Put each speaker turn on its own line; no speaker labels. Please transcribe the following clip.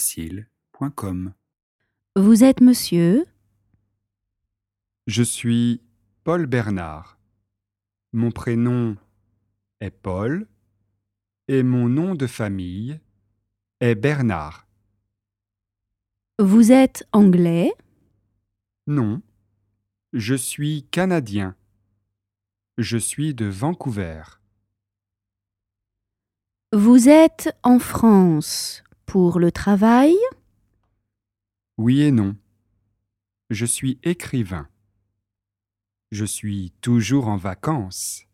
podcastfrancaisfacile.com.
Vous êtes monsieur
Je suis Paul Bernard. Mon prénom est Paul et mon nom de famille est Bernard.
Vous êtes anglais
Non, je suis canadien. Je suis de Vancouver.
Vous êtes en France pour le travail
Oui et non. Je suis écrivain. Je suis toujours en vacances.